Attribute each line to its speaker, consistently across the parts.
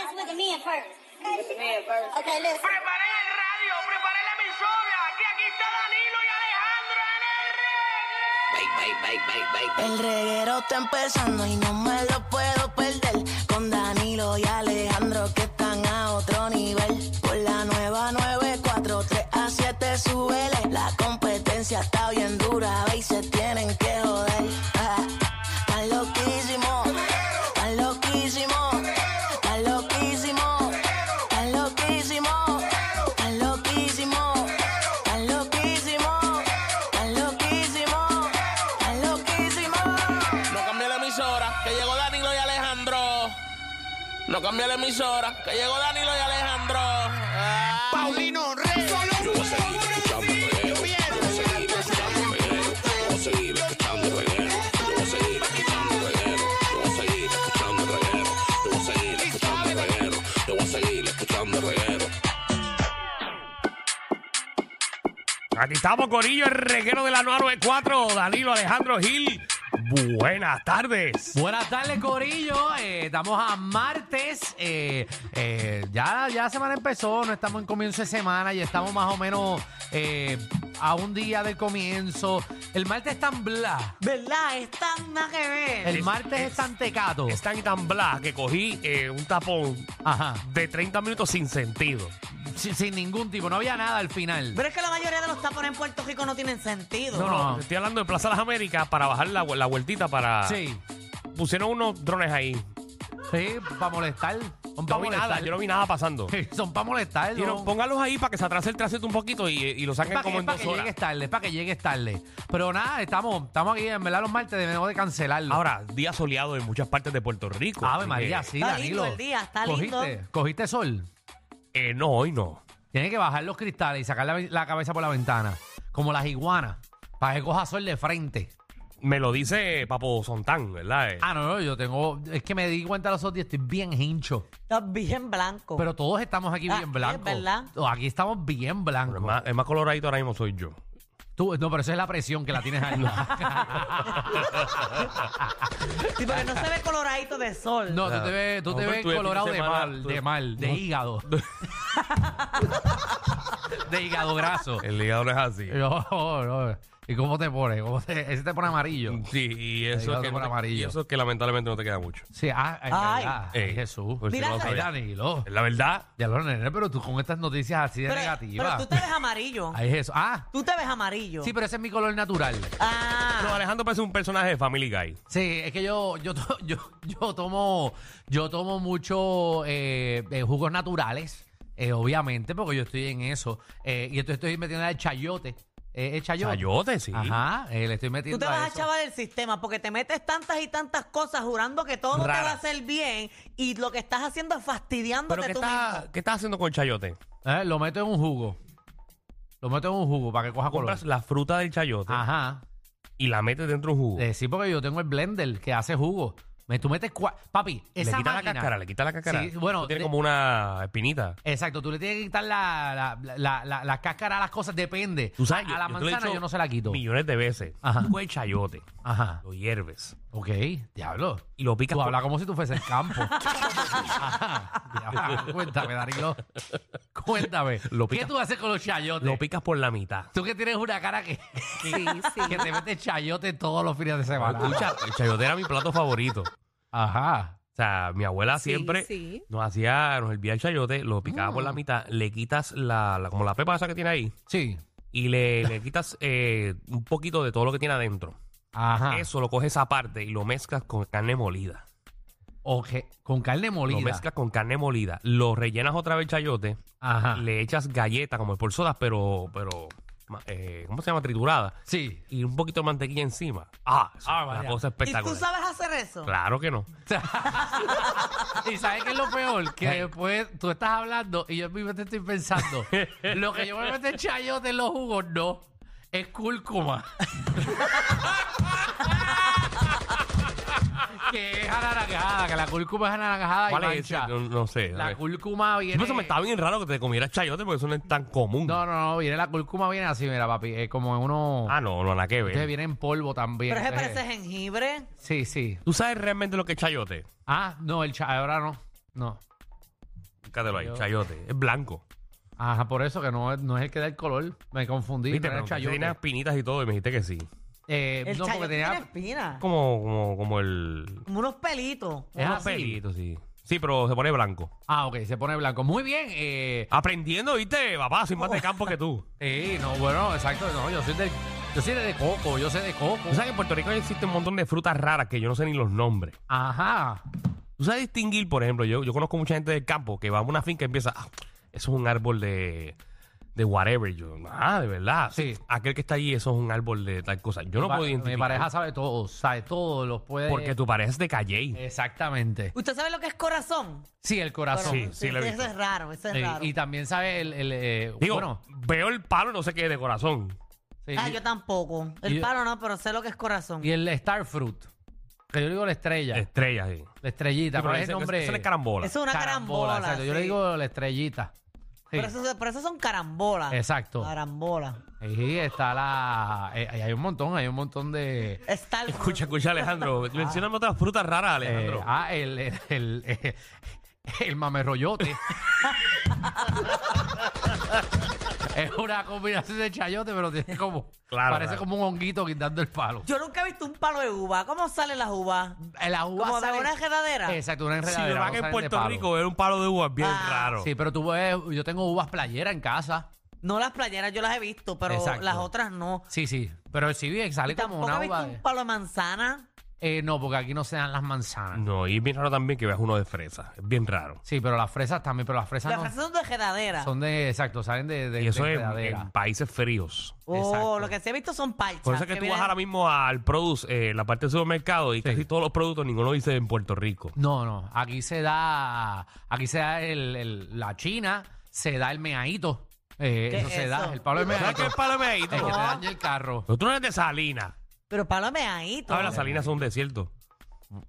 Speaker 1: at me at first.
Speaker 2: Look at me at first.
Speaker 1: Okay, listen.
Speaker 3: Preparé el radio, preparé la emisora, que aquí está Danilo y Alejandro en el reggae.
Speaker 4: El reguero está empezando y no me lo puedo perder. Con Danilo y Alejandro que están a otro nivel. Por la nueva 94, 3 a 7 súbele. La competencia está bien dura ve, y se tienen que joder. Ah, Están loquísimos, están loquísimos, están loquísimos, están loquísimos, están loquísimos, están loquísimos, están loquísimos, están loquísimos.
Speaker 5: No cambie la emisora, que llegó Danilo y Alejandro. No cambie la emisora, que llegó Danilo y Alejandro. Ah.
Speaker 6: Paulino Rey. Yo voy a seguir escuchando el reguero. Yo voy a seguir escuchando el reguero. Yo voy a seguir escuchando el reguero. Yo voy a seguir escuchando el reguero. Yo voy a seguir escuchando el reguero. Yo voy a seguir escuchando el reguero. Yo voy a seguir escuchando el reguero.
Speaker 7: Aquí estamos, Corillo, el reguero de la 994, Danilo Alejandro Gil. Buenas tardes.
Speaker 8: Buenas tardes, Corillo. Eh, estamos a martes. Eh, eh, ya, ya la semana empezó, no estamos en comienzo de semana y estamos más o menos eh, a un día del comienzo. El martes es tan bla. ¿Verdad? Es tan nada que ver. El
Speaker 7: Es-
Speaker 8: martes
Speaker 7: es-
Speaker 8: es, tan tecato.
Speaker 7: Es tan y tan bla que cogí eh, un tapón
Speaker 8: Ajá.
Speaker 7: de 30 minutos sin sentido.
Speaker 8: Sin, sin ningún tipo. No había nada al final.
Speaker 9: Pero es que la mayoría de los tapones en Puerto Rico no tienen sentido.
Speaker 7: No,
Speaker 8: Ah.
Speaker 7: no, estoy hablando de Plaza Las Américas para bajar la, la vueltita para...
Speaker 8: Sí.
Speaker 7: Pusieron unos drones ahí.
Speaker 8: Sí, para molestar. Son
Speaker 7: No
Speaker 8: para
Speaker 7: vi nada,
Speaker 8: molestar.
Speaker 7: yo no vi nada pasando.
Speaker 8: Son para molestar.
Speaker 7: Dijeron,
Speaker 8: ¿no?
Speaker 7: póngalos ahí para que se atrase el tránsito un poquito y, y lo
Speaker 8: Es
Speaker 7: saquen
Speaker 8: para
Speaker 7: como en
Speaker 8: que, es para
Speaker 7: dos
Speaker 8: que llegues
Speaker 7: horas.
Speaker 8: tarde, es para que llegues tarde. Pero nada, estamos, estamos aquí, en verdad los martes debemos de cancelarlo.
Speaker 7: Ahora, día soleado en muchas partes de Puerto Rico. Eh,
Speaker 8: Ave
Speaker 7: así
Speaker 8: María,
Speaker 7: que,
Speaker 8: sí,
Speaker 9: Está
Speaker 8: Danilo.
Speaker 9: lindo el día, está
Speaker 8: cogiste,
Speaker 9: lindo.
Speaker 8: Cogiste sol.
Speaker 7: eh, no, hoy no.
Speaker 8: Tienes que bajar los cristales y sacar la, la cabeza por la ventana. Como las iguanas. Para que coja sol de frente.
Speaker 7: Me lo dice Papo Sontán, ¿verdad? Eh,
Speaker 8: Ah, no, no, yo tengo. Es que me di cuenta los otros días, estoy bien hincho.
Speaker 9: Estás bien blanco.
Speaker 8: Pero todos estamos aquí
Speaker 9: Ah,
Speaker 8: bien
Speaker 9: es
Speaker 8: blancos.
Speaker 9: verdad.
Speaker 8: Oh, Aquí estamos bien
Speaker 7: pero el,
Speaker 8: blancos.
Speaker 7: más, el más coloradito ahora mismo soy yo.
Speaker 8: Tú- no, pero eso es la presión que la tienes ahí.
Speaker 9: Sí, porque no se ve coloradito de sol.
Speaker 8: No, tú te ves, tú te
Speaker 7: Nosotros tuve
Speaker 8: ves
Speaker 7: fin de
Speaker 8: colorado de
Speaker 7: semana,
Speaker 8: mal,
Speaker 7: tuve-
Speaker 8: de mal, de
Speaker 7: no.
Speaker 8: hígado. de hígado graso.
Speaker 7: El hígado no es así.
Speaker 8: No, no. ¿Y cómo te pone? ¿Cómo te- ese te pone amarillo.
Speaker 7: Sí, y
Speaker 8: El
Speaker 7: eso,
Speaker 8: hígado
Speaker 7: es que
Speaker 8: por
Speaker 7: no te-
Speaker 8: amarillo.
Speaker 7: y eso es que lamentablemente no te queda mucho.
Speaker 8: Sí, ah, es
Speaker 9: Ay.
Speaker 8: verdad.
Speaker 7: Ey,
Speaker 8: Ay, Jesús.
Speaker 7: por si
Speaker 9: Mira,
Speaker 7: no lo
Speaker 8: Ay,
Speaker 7: sabías.
Speaker 8: Danilo.
Speaker 7: Es la verdad.
Speaker 8: Ya lo nene, pero tú con estas noticias así de
Speaker 9: pero, pero
Speaker 8: negativas.
Speaker 9: tú te ves amarillo.
Speaker 8: Ay, Jesús. Ah,
Speaker 9: Tú te ves amarillo.
Speaker 8: sí, pero ese es mi color natural.
Speaker 9: Ah.
Speaker 7: No, Alejandro parece un personaje de Family Guy.
Speaker 8: Sí, es que yo, yo, to- yo, yo tomo, yo tomo mucho eh, eh, jugos naturales, eh, obviamente, porque yo estoy en eso. Eh, y entonces estoy metiendo el chayote. Eh, ¿es chayote?
Speaker 7: Chayote, sí.
Speaker 8: Ajá, eh, le estoy metiendo
Speaker 9: Tú te
Speaker 8: a
Speaker 9: vas a
Speaker 8: eso.
Speaker 9: chavar el sistema porque te metes tantas y tantas cosas jurando que todo te va a
Speaker 7: Raras.
Speaker 9: hacer bien y lo que estás haciendo es
Speaker 7: Pero
Speaker 9: fastidiándote
Speaker 7: ¿qué
Speaker 9: tú
Speaker 7: estás,
Speaker 9: mismo.
Speaker 7: ¿qué estás haciendo con el chayote?
Speaker 8: Eh, lo meto en un jugo. Lo meto en un jugo para que coja color.
Speaker 7: Compras la fruta del chayote
Speaker 8: Ajá.
Speaker 7: y la metes dentro de un jugo.
Speaker 8: Eh, sí, porque yo tengo el blender que hace jugo. Me, tú metes cua- Papi,
Speaker 7: le
Speaker 8: esa
Speaker 7: quita la
Speaker 8: máquina-
Speaker 7: cáscara, le quita la cáscara.
Speaker 8: Sí, bueno,
Speaker 7: Eso tiene
Speaker 8: de-
Speaker 7: como una espinita.
Speaker 8: Exacto, tú le tienes que quitar la, la, la, la- la cáscara a las cosas, depende.
Speaker 7: Tú sabes,
Speaker 8: a, a la
Speaker 7: te lo he
Speaker 8: manzana
Speaker 7: dicho
Speaker 8: yo no se la quito.
Speaker 7: Millones de veces.
Speaker 8: Ajá.
Speaker 7: Tú coges el chayote,
Speaker 8: Ajá.
Speaker 7: lo hierves
Speaker 8: Ok, diablo.
Speaker 7: y lo picas
Speaker 8: Tú
Speaker 7: por-
Speaker 8: hablas como si tú fuese el campo. Ajá, diablo, cuéntame, Danilo. Cuéntame.
Speaker 7: Lo
Speaker 8: ¿Qué
Speaker 7: pica-
Speaker 8: tú haces con los chayotes?
Speaker 7: lo picas por la mitad.
Speaker 8: tú que tienes una cara que, que, que te mete chayote todos los fines de semana.
Speaker 7: Escucha, el chayote era mi plato favorito. O
Speaker 8: Ajá.
Speaker 7: sea, mi abuela siempre nos hacía, nos hervía el chayote, lo picaba
Speaker 8: Ah.
Speaker 7: por la mitad, le quitas la, la- como la pepa esa que tiene ahí,
Speaker 8: Sí.
Speaker 7: y le, le quitas eh, un poquito de todo lo que tiene adentro.
Speaker 8: Ajá.
Speaker 7: Eso lo coges aparte y lo mezclas con carne molida.
Speaker 8: Ok, con carne molida.
Speaker 7: Lo mezclas con carne molida, lo rellenas otra vez el chayote,
Speaker 8: Ajá.
Speaker 7: le echas galleta como el por sodas, pero, pero ma- eh, ¿cómo se llama? Triturada.
Speaker 8: Sí.
Speaker 7: Y un poquito de mantequilla encima. Ah, eso
Speaker 8: Ah,
Speaker 7: es una
Speaker 8: María.
Speaker 7: cosa
Speaker 9: ¿Y tú
Speaker 7: espectacular.
Speaker 9: sabes hacer eso?
Speaker 7: Claro que no.
Speaker 8: ¿Y sabes qué es lo peor? Que
Speaker 7: Hey.
Speaker 8: después tú estás hablando y yo mismo te estoy pensando. lo que yo me meto en chayote en los jugos, no. Es cúrcuma. que es anaranjada, que la cúrcuma es anaranjada
Speaker 7: ¿Cuál
Speaker 8: y
Speaker 7: es
Speaker 8: mancha.
Speaker 7: ese? No, no sé.
Speaker 8: La
Speaker 7: Yo
Speaker 8: cúrcuma viene...
Speaker 7: pienso que me está bien raro que te comieras chayote porque eso no es tan común.
Speaker 8: No, no, no. Viene la cúrcuma, viene así, mira, papi. Es como en uno...
Speaker 7: Ah, no, no, nada que
Speaker 8: Ustedes
Speaker 7: ver.
Speaker 8: vienen en polvo también.
Speaker 9: Pero se
Speaker 8: Entonces-
Speaker 9: parece jengibre.
Speaker 8: Sí, sí.
Speaker 7: ¿Tú sabes realmente lo que es chayote?
Speaker 8: Ah, no, el cha... Ahora no. No.
Speaker 7: búscatelo ahí, chayote. Es blanco.
Speaker 8: Ajá, por eso que no, es- no es el que da el color. Me confundí.
Speaker 7: Viste,
Speaker 8: no era
Speaker 7: pero
Speaker 8: chayote.
Speaker 7: tiene espinitas y todo, y me dijiste que sí.
Speaker 8: Eh,
Speaker 9: El
Speaker 8: no, porque
Speaker 9: chayote tiene
Speaker 8: tenía.
Speaker 9: espina.
Speaker 7: Como, como, como el.
Speaker 9: Como unos pelitos.
Speaker 8: Es
Speaker 7: unos
Speaker 8: así.
Speaker 7: pelitos, sí. Sí, pero se pone blanco.
Speaker 8: Ah, ok, se pone blanco. Muy bien. Eh,
Speaker 7: Aprendiendo, viste, papá, soy más de campo que tú.
Speaker 8: sí, no, bueno, exacto. No, yo soy de, yo soy de coco, yo sé de coco.
Speaker 7: Tú sabes que en Puerto Rico existe un montón de frutas raras que yo no sé ni los nombres.
Speaker 8: Ajá.
Speaker 7: Tú sabes distinguir, por ejemplo, yo, yo conozco mucha gente del campo que va a una finca y empieza, "Ah, eso es un árbol de, de whatever. Yo, ah, de verdad.
Speaker 8: Sí.
Speaker 7: Aquel que está allí, eso es un árbol de tal cosa. Yo no
Speaker 8: Mi pa-
Speaker 7: puedo identificar.
Speaker 8: Mi pareja sabe todo, sabe todo, los puede.
Speaker 7: Porque tu pareja es de
Speaker 8: Eh,
Speaker 7: Calle.
Speaker 8: Exactamente.
Speaker 9: ¿Usted sabe lo que es corazón?
Speaker 8: Sí, el corazón.
Speaker 7: Sí, sí, lo he
Speaker 9: Eso
Speaker 7: visto.
Speaker 9: es raro, eso es
Speaker 8: Eh,
Speaker 9: raro.
Speaker 8: y también sabe el. el, eh,
Speaker 7: Digo,
Speaker 8: bueno,
Speaker 7: veo el palo, no sé qué, de corazón.
Speaker 8: sí,
Speaker 9: Ah,
Speaker 8: y-
Speaker 9: yo tampoco. El
Speaker 8: y-
Speaker 9: palo no, pero sé lo que es corazón.
Speaker 8: y el Star Fruit. Que yo le digo la estrella.
Speaker 7: Estrella, eh. sí.
Speaker 8: la estrellita.
Speaker 7: Sí, pero
Speaker 8: pero es el
Speaker 7: ese-
Speaker 8: nombre.
Speaker 7: Eso no es carambola.
Speaker 9: Eso es una carambola.
Speaker 8: exacto. Yo le
Speaker 9: sí.
Speaker 8: digo la estrellita. Sí,
Speaker 9: Pero, eso, pero eso son carambolas.
Speaker 8: Exacto.
Speaker 9: Carambola.
Speaker 8: Ahí está la. eh, ahí hay un montón, hay un montón de.
Speaker 9: Está el-
Speaker 7: Escucha, escucha, Alejandro. Mencioname otras frutas raras,
Speaker 8: Ah. eh,
Speaker 7: Alejandro.
Speaker 8: ah, el. El, el, eh, el mamerrollote. es una combinación de chayote, pero tiene como.
Speaker 7: Claro,
Speaker 8: parece
Speaker 7: claro.
Speaker 8: como un honguito quitando el palo.
Speaker 9: Yo nunca he visto un palo de uva. ¿Cómo salen las uvas?
Speaker 8: Eh, La uva
Speaker 9: Como de
Speaker 8: sale-
Speaker 9: una enredadera.
Speaker 8: Exacto, una
Speaker 7: Si
Speaker 8: enredadera.
Speaker 7: me
Speaker 8: no
Speaker 7: van en
Speaker 8: salen de
Speaker 7: Puerto
Speaker 8: palo.
Speaker 7: Rico, ver un palo de uva es bien
Speaker 9: Ah,
Speaker 7: raro.
Speaker 8: Sí, pero tú ves, yo tengo uvas playera en casa.
Speaker 9: No las playeras yo las he visto, pero
Speaker 8: Exacto.
Speaker 9: las otras no.
Speaker 8: Sí, sí. Pero sí, bien, sale
Speaker 9: Y
Speaker 8: como
Speaker 9: tampoco he
Speaker 8: una
Speaker 9: visto
Speaker 8: uva.
Speaker 9: un palo de manzana.
Speaker 8: Eh, no, porque aquí no se dan las manzanas.
Speaker 7: No, y es bien raro también que veas uno de fresa. Es bien raro.
Speaker 8: Sí, pero las fresas también, pero las fresas
Speaker 9: Las
Speaker 8: no.
Speaker 9: fresas son de enredadera.
Speaker 8: Son de, exacto, salen de, de,
Speaker 7: Y eso
Speaker 8: de
Speaker 7: es en,
Speaker 8: enredadera.
Speaker 7: en países fríos.
Speaker 9: Oh,
Speaker 8: Exacto.
Speaker 9: lo que sí he visto son parchas.
Speaker 7: Por eso es que, tú vas
Speaker 9: vienen-
Speaker 7: ahora mismo al Produce, eh, la parte del supermercado, y casi todos los productos, ninguno dice en Puerto Rico.
Speaker 8: No, no. Aquí se da, aquí se da el, el- la china, se da el meadito. Eh,
Speaker 9: ¿Qué
Speaker 8: eso
Speaker 9: es
Speaker 8: se da,
Speaker 9: eso?
Speaker 8: el palo de
Speaker 7: ¿Sabes
Speaker 8: meadito.
Speaker 7: qué es palo de
Speaker 8: El que te
Speaker 7: meadito?
Speaker 8: daña el carro.
Speaker 7: Pero tú no eres de Salinas.
Speaker 9: Pero palo de meadito.
Speaker 7: Ah, las Salinas son desiertos.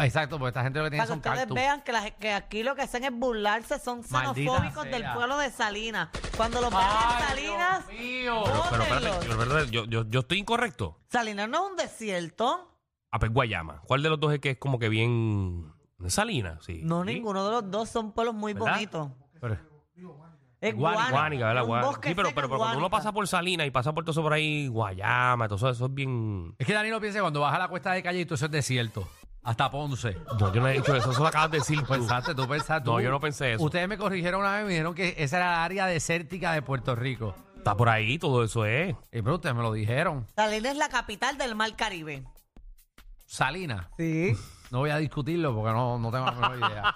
Speaker 8: Exacto, porque esta gente lo que tiene
Speaker 9: Para que
Speaker 8: son
Speaker 9: ustedes
Speaker 8: cactus.
Speaker 9: vean que, la- que aquí lo que hacen es burlarse, son
Speaker 8: Maldita
Speaker 9: xenofóbicos
Speaker 8: sea.
Speaker 9: del pueblo de Salinas. Cuando los vean en
Speaker 8: ¡Ay,
Speaker 9: Salinas,
Speaker 8: Dios mío!
Speaker 9: Pero-
Speaker 7: Pero espérate,
Speaker 9: Ótenlos.
Speaker 7: pero espérate, yo, yo, yo estoy incorrecto.
Speaker 9: Salinas no es un desierto.
Speaker 7: A Pez Guayama. ¿Cuál de los dos es que es como que bien. Salinas? Sí.
Speaker 9: No,
Speaker 7: ¿Sí?
Speaker 9: ninguno de los dos son pueblos muy
Speaker 7: ¿Verdad?
Speaker 9: bonitos.
Speaker 7: Pero-
Speaker 9: Es
Speaker 7: Guánica,
Speaker 9: Guánica,
Speaker 7: Guánica, ¿verdad?
Speaker 9: un
Speaker 7: Guánica.
Speaker 9: bosque
Speaker 7: Sí, pero,
Speaker 9: seco
Speaker 7: pero, pero
Speaker 9: en
Speaker 7: cuando uno
Speaker 9: Guánica.
Speaker 7: pasa por Salinas y pasa por todo eso por ahí, Guayama, todo eso, eso es bien.
Speaker 8: Es que Danilo piensa que cuando baja la cuesta de calle y todo eso es desierto. Hasta Ponce.
Speaker 7: No, yo no he dicho eso, eso lo acabas de decir. pues, tú.
Speaker 8: Pensaste, tú pensaste.
Speaker 7: No,
Speaker 8: tú.
Speaker 7: yo no pensé eso.
Speaker 8: Ustedes me corrigieron una vez y me dijeron que esa era la área desértica de Puerto Rico.
Speaker 7: Está por ahí, todo eso es.
Speaker 8: Y pero ustedes me lo dijeron.
Speaker 9: Salinas es la capital del mar Caribe.
Speaker 8: Salina,
Speaker 9: Sí.
Speaker 8: no voy a discutirlo porque no, no tengo la menor idea.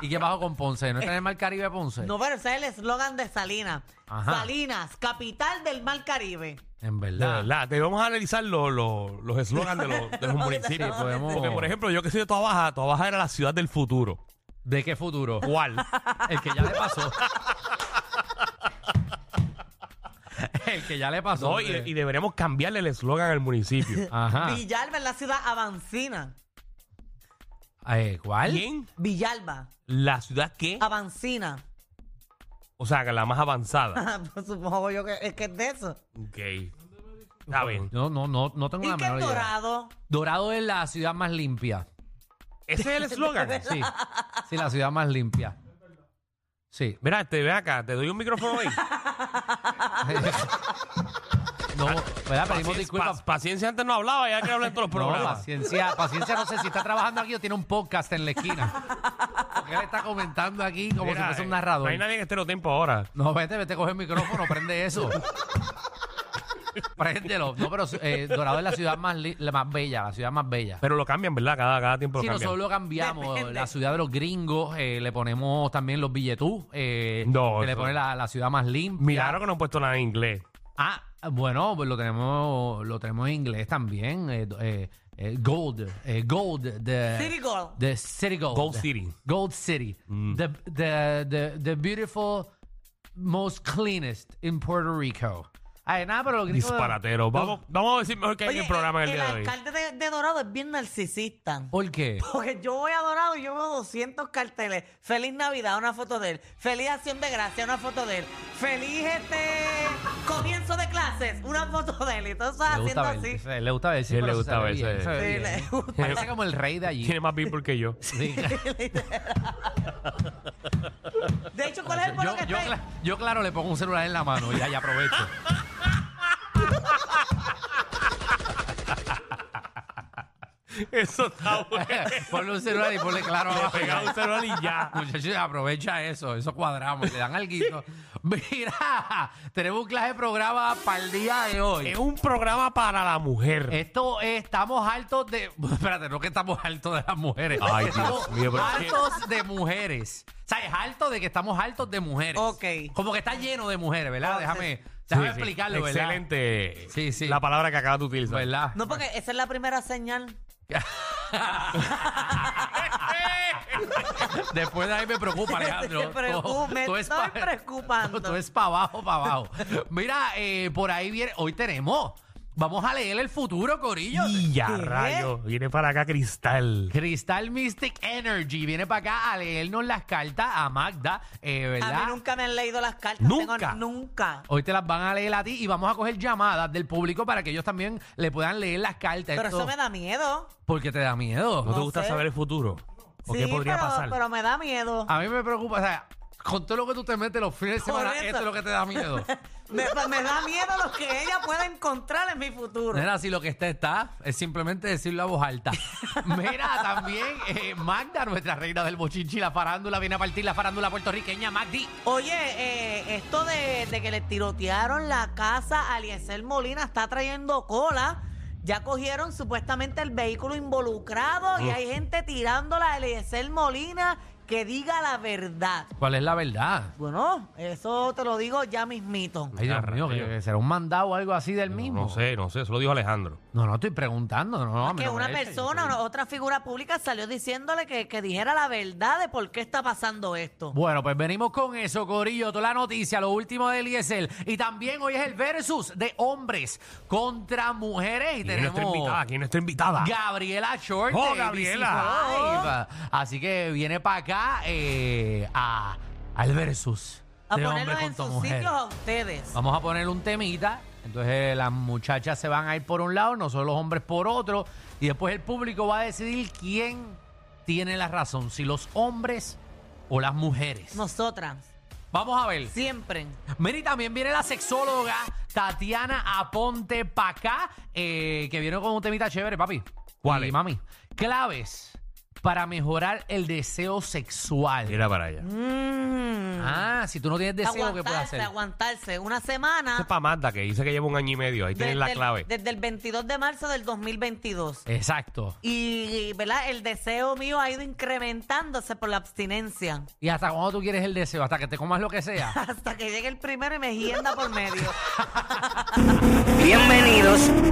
Speaker 8: ¿Y qué pasó con Ponce? ¿No está en el Mar Caribe Ponce?
Speaker 9: No, pero ese es el eslogan de Salinas.
Speaker 8: Ajá.
Speaker 9: Salinas, capital del mar Caribe.
Speaker 8: En
Speaker 7: De
Speaker 8: verdad.
Speaker 7: verdad, debemos analizar lo- lo- los eslogans de, los- de los municipios.
Speaker 8: Sí, podemos-
Speaker 7: Porque, por ejemplo, yo que soy de Toa Baja, Toa Baja era la ciudad del futuro.
Speaker 8: ¿De qué futuro?
Speaker 7: ¿Cuál?
Speaker 8: El que ya le pasó. el que ya le pasó.
Speaker 7: No, y, y deberíamos cambiarle el eslogan al municipio.
Speaker 8: Ajá.
Speaker 9: Villalba es la ciudad avancina.
Speaker 8: Eh, ¿Cuál?
Speaker 7: ¿Quién?
Speaker 9: Villalba,
Speaker 7: ¿La ciudad qué?
Speaker 9: avancina.
Speaker 7: O sea, que la más avanzada.
Speaker 9: Pues Supongo yo que es que es de eso.
Speaker 7: ok. Está bien.
Speaker 8: No, no, no, no tengo
Speaker 9: ¿Y
Speaker 8: la
Speaker 9: qué
Speaker 8: menor
Speaker 9: es
Speaker 8: idea.
Speaker 9: dorado?
Speaker 8: Dorado es la ciudad más limpia.
Speaker 7: Ese es el eslogan.
Speaker 8: Sí. Sí, la ciudad más limpia. Sí.
Speaker 7: Mira, te ve acá, te doy un micrófono ahí.
Speaker 8: No, ¿verdad? Pedimos
Speaker 7: Paciencia-
Speaker 8: disculpas.
Speaker 7: pa- paciencia antes no hablaba, ya que hablar en todos los
Speaker 8: No,
Speaker 7: programas.
Speaker 8: paciencia, paciencia, no sé si está trabajando aquí o tiene un podcast en la esquina. Porque él está comentando aquí como
Speaker 7: Mira,
Speaker 8: si fuese un
Speaker 7: eh,
Speaker 8: narrador.
Speaker 7: No hay nadie en estero tiempo ahora.
Speaker 8: No, vete, vete, coge el micrófono, prende eso. Préndelo. No, pero eh, Dorado es la ciudad más, li- la más bella, la ciudad más bella.
Speaker 7: Pero lo cambian, ¿verdad? Cada, cada tiempo
Speaker 8: Si
Speaker 7: lo
Speaker 8: nosotros
Speaker 7: cambian.
Speaker 8: lo cambiamos, la ciudad de los gringos, eh, le ponemos también los billetú, eh,
Speaker 7: No,
Speaker 8: que le
Speaker 7: eso-
Speaker 8: pone la, la ciudad más limpia.
Speaker 7: Milagro que no han puesto nada en inglés.
Speaker 8: Ah, bueno, pues lo tenemos, lo tenemos en inglés también. eh, eh, eh, gold, eh, Gold, de
Speaker 9: City Gold.
Speaker 8: the City Gold,
Speaker 7: Gold City. Mm.
Speaker 8: Gold City, the, the the the beautiful, most cleanest in Puerto Rico. Ay, nada, pero los gringos.
Speaker 7: Disparatero. Vamos, vamos a decir mejor que hay en el programa el,
Speaker 9: el
Speaker 7: día de hoy.
Speaker 9: alcalde de, de Dorado es bien narcisista.
Speaker 8: ¿Por qué?
Speaker 9: Porque yo voy a Dorado y yo veo 200 carteles. Feliz Navidad, una foto de él. Feliz Acción de Gracia, una foto de él. Feliz este comienzo de clases, una foto de él. Y todo eso
Speaker 8: Le
Speaker 9: haciendo
Speaker 8: gusta
Speaker 9: así.
Speaker 8: ver. se- Le gusta ver.
Speaker 7: Sí,
Speaker 8: pero
Speaker 7: le
Speaker 8: se
Speaker 7: gusta
Speaker 8: ve
Speaker 7: ver,
Speaker 8: bien,
Speaker 7: sí.
Speaker 8: se ve
Speaker 9: Sí, le
Speaker 8: bien.
Speaker 9: gusta.
Speaker 8: Parece como el rey de allí.
Speaker 7: Tiene más people que yo.
Speaker 8: Sí.
Speaker 9: De hecho, ¿cuál es el
Speaker 8: Yo,
Speaker 9: pueblo que
Speaker 8: yo
Speaker 9: está ahí?
Speaker 8: cla- yo, claro, le pongo un celular en la mano y ahí aprovecho.
Speaker 7: Eso está bueno.
Speaker 8: ponle un celular y ponle claro
Speaker 7: Le
Speaker 8: abajo.
Speaker 7: pegaba un celular y ya.
Speaker 8: Muchachos, aprovecha eso, eso cuadramos, le dan algo. Mira, tenemos un clase de programa para el día de hoy.
Speaker 7: Es un programa para la mujer.
Speaker 8: Esto es, estamos hartos de. Espérate, no que estamos hartos de las mujeres.
Speaker 7: Ay, Dios
Speaker 8: estamos
Speaker 7: mío, pero es que-
Speaker 8: hartos de mujeres. O sea, es harto de que estamos hartos de mujeres.
Speaker 9: Ok.
Speaker 8: Como que está lleno de mujeres, ¿verdad? Déjame,
Speaker 7: Sí,
Speaker 8: déjame
Speaker 7: sí.
Speaker 8: explicarlo, ¿verdad?
Speaker 7: Excelente.
Speaker 8: Sí, sí.
Speaker 7: La palabra que acabas de utilizar.
Speaker 8: ¿Verdad?
Speaker 9: No, porque esa es la primera señal.
Speaker 8: Después de ahí me preocupa, Alejandro.
Speaker 9: Me preocupa, me
Speaker 8: pa-
Speaker 9: estoy preocupando.
Speaker 8: Todo es para abajo, para abajo. Mira, eh, por ahí viene. Hoy tenemos. Vamos a leer el futuro, Corillo.
Speaker 7: Y ya,
Speaker 9: ¿Qué?
Speaker 7: rayo. Viene para acá Cristal.
Speaker 8: Crystal Mystic Energy viene para acá a leernos las cartas a Magda, eh,
Speaker 9: A
Speaker 8: ¿verdad?
Speaker 9: mí nunca me han leído las cartas.
Speaker 7: Nunca.
Speaker 9: Tengo- nunca.
Speaker 8: Hoy te las van a leer a ti y vamos a coger llamadas del público para que ellos también le puedan leer las cartas.
Speaker 9: Pero
Speaker 8: Esto-
Speaker 9: eso me da miedo.
Speaker 8: Porque te da miedo.
Speaker 7: ¿No, te
Speaker 9: No
Speaker 7: gusta
Speaker 9: sé.
Speaker 7: saber el futuro? ¿O qué
Speaker 9: Sí,
Speaker 7: podría
Speaker 9: pero,
Speaker 7: pasar? Ah.
Speaker 9: pero me da miedo.
Speaker 8: A mí me preocupa, o sea, con todo lo que tú te metes los fines de
Speaker 9: Por
Speaker 8: semana,
Speaker 9: eso.
Speaker 8: esto es lo que te da miedo.
Speaker 9: Me, me da miedo lo que ella pueda encontrar en mi futuro.
Speaker 8: Mira, si lo que está está, es simplemente decirlo a voz alta. Mira, también eh, Magda, nuestra reina del bochinchi, la farándula, viene a partir la farándula puertorriqueña, Magdi.
Speaker 9: Oye, eh, esto de, de que le tirotearon la casa a Eliezer Molina está trayendo cola. Ya cogieron supuestamente el vehículo involucrado
Speaker 8: Mm.
Speaker 9: y hay gente tirándola a Eliezer Molina que diga la verdad.
Speaker 8: ¿Cuál es la verdad?
Speaker 9: Bueno, eso te lo digo ya mismito.
Speaker 8: Ay, Dios
Speaker 7: Ya,
Speaker 8: mío, que,
Speaker 7: rayo.
Speaker 8: que será un mandado o algo así del mismo.
Speaker 7: No sé, no sé. Eso lo dijo Alejandro.
Speaker 8: No, no, estoy preguntando. No, a mí
Speaker 9: Ah, que
Speaker 8: no me
Speaker 9: una
Speaker 8: echen.
Speaker 9: persona, una- otra figura pública salió diciéndole que, que dijera la verdad de por qué está pasando esto.
Speaker 8: Bueno, pues venimos con eso, Corillo, toda la noticia, lo último del ISL. Y también hoy es el versus de hombres contra mujeres. Y
Speaker 7: ¿Quién no está invitada?
Speaker 8: tenemos
Speaker 7: ¿Quién no está invitada?
Speaker 8: Gabriela Short.
Speaker 7: ¡Oh,
Speaker 8: de
Speaker 7: Gabriela! Oh.
Speaker 8: ABC5. Así que viene para acá eh, a, al versus
Speaker 9: A
Speaker 8: de hombre
Speaker 9: ponerlos en
Speaker 8: contra
Speaker 9: sus
Speaker 8: mujer.
Speaker 9: sitios a ustedes.
Speaker 8: Vamos a poner un temita. Entonces eh, las muchachas se van a ir por un lado, nosotros los hombres por otro. Y después el público va a decidir quién tiene la razón, si los hombres o las mujeres.
Speaker 9: Nosotras,
Speaker 8: Vamos a ver.
Speaker 9: siempre.
Speaker 8: Mira, y también viene la sexóloga Tatiana Aponte Pacá, eh, que viene con un temita chévere, papi.
Speaker 7: ¿Cuál
Speaker 8: Y
Speaker 7: es?
Speaker 8: mami. Claves para mejorar el deseo sexual.
Speaker 7: Mira para allá.
Speaker 9: Mm.
Speaker 8: Ah, si tú no tienes deseo, ¿qué puedes
Speaker 9: aguantarse,
Speaker 8: hacer?
Speaker 9: aguantarse. Una semana.
Speaker 7: Esa es para Magda, que dice que lleva un año y medio. Ahí tienes la
Speaker 9: el-
Speaker 7: clave.
Speaker 9: desde el 22 de marzo del 2022.
Speaker 8: Exacto.
Speaker 9: Y, ¿verdad? El deseo mío ha ido incrementándose por la abstinencia.
Speaker 8: ¿Y hasta cuándo tú quieres el deseo? ¿Hasta que te comas lo que sea?
Speaker 9: Hasta que llegue el primero y me hienda por medio.
Speaker 1: Bienvenidos